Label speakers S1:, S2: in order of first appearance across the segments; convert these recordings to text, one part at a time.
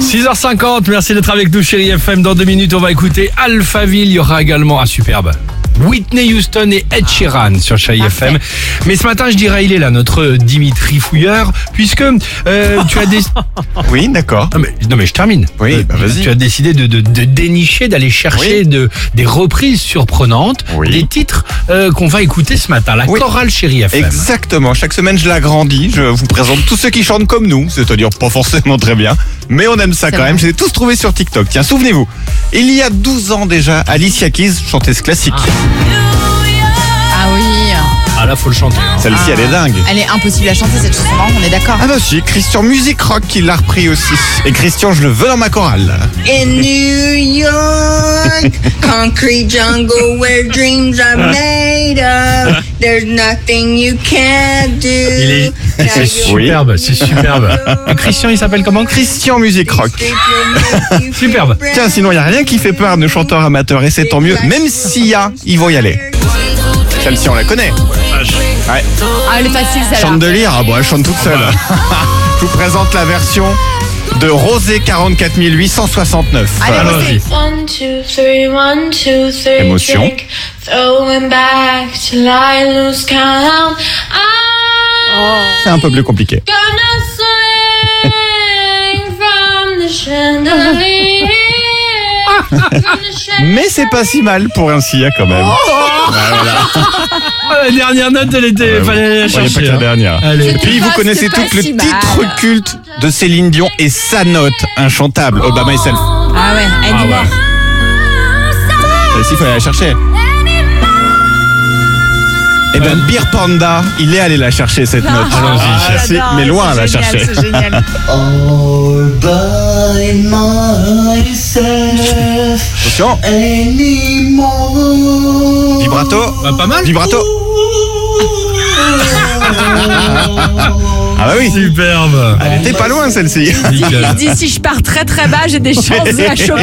S1: 6h50, merci d'être avec nous chérie FM. Dans deux minutes, on va écouter Alphaville. Il y aura également un superbe Whitney Houston et Ed Sheeran sur chérie FM. Mais ce matin, je dirais, il est là, notre Dimitri Fouilleur, puisque euh, tu as des...
S2: Oui, d'accord.
S1: Non mais, non, mais je termine. Euh,
S2: Oui, bah, vas-y.
S1: Tu as décidé de, de- de dénicher, d'aller chercher
S2: Oui.
S1: de, des reprises surprenantes,
S2: Oui.
S1: des titres euh, qu'on va écouter ce matin. La
S2: Oui.
S1: chorale chérie FM.
S2: Exactement. Chaque semaine, je l'agrandis. Je vous présente tous ceux qui chantent comme nous, c'est-à-dire pas forcément très bien, mais on aime ça
S3: C'est
S2: quand
S3: vrai.
S2: même. Je les ai tous trouvés sur TikTok. Tiens, souvenez-vous, il y a 12 ans déjà, Alicia Keys, chanteuse classique.
S3: Ah oui.
S1: Ah là, faut le chanter. hein.
S2: Celle-ci, elle est dingue.
S3: Elle est impossible à chanter cette chanson, on est d'accord.
S2: Ah bah si, Christian Music Rock qui l'a repris aussi. Et Christian, je le veux dans ma chorale.
S4: In New York, concrete jungle where dreams are
S1: Ah.
S4: made of. There's nothing you can't do.
S1: Il est,
S4: Now
S1: c'est
S4: you-
S1: superbe, c'est superbe. Et Christian, il s'appelle comment Christian
S2: Christian Music Rock.
S1: Superbe.
S2: Tiens, sinon, il n'y a rien qui fait peur à nos chanteurs amateurs, et c'est tant mieux, même s'il y a, ils vont y aller. Celle-ci, on la connaît. Ouais.
S3: Ah, elle est facile
S2: Chante
S3: celle-là.
S2: de lire, ah bon, elle chante toute seule.
S3: bah.
S2: Je vous présente la version de Rosé 44869.
S3: Allez,
S2: Alors,
S3: Rosé.
S1: Allons-y.
S5: One, two, three, one, two, three.
S2: Émotion.
S5: Drink, throwing back till I lose count. I'm
S2: c'est un peu plus compliqué.
S5: gonna swing from the chandelier. From the chandelier.
S2: Mais c'est pas si mal pour un SIA quand même.
S3: Oh
S1: Ah, la dernière note, elle était.
S2: Ouais,
S1: fallait la
S2: voyez
S1: chercher.
S2: pas que la
S1: hein.
S2: dernière.
S1: Allez.
S2: Et puis vous
S3: pas-
S2: connaissez
S3: Ah, c'est pas
S2: toutes le
S3: si
S2: titre
S3: mal.
S2: culte de Céline Dion et sa note inchantable, Oh By Myself.
S3: Ah ouais, elle
S1: Ah
S3: dit
S1: ouais.
S3: mort.
S2: Celle-ci, il fallait la chercher. Eh ben, Beer Panda, il est allé la chercher cette note.
S1: Allons-y.
S2: Ah, si, mais loin à la chercher.
S6: All by myself
S2: Attention,
S6: anymore.
S2: vibrato.
S1: Bah, pas mal.
S2: Vibrato. Ah bah oui,
S1: Superbe.
S2: elle était pas loin celle-ci.
S1: Nickel.
S3: Il dit si je pars très très bas, j'ai des chances de la choper.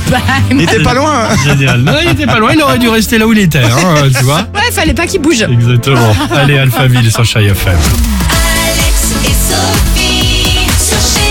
S3: bah,
S2: Il était pas loin.
S1: Génial. Non, il était pas loin. Il aurait dû rester là où il était. hein, tu vois
S3: ouais, fallait pas qu'il bouge.
S1: Exactement. Allez, Alphaville sur Chai FM.
S7: Alex et Sophie sur Chérie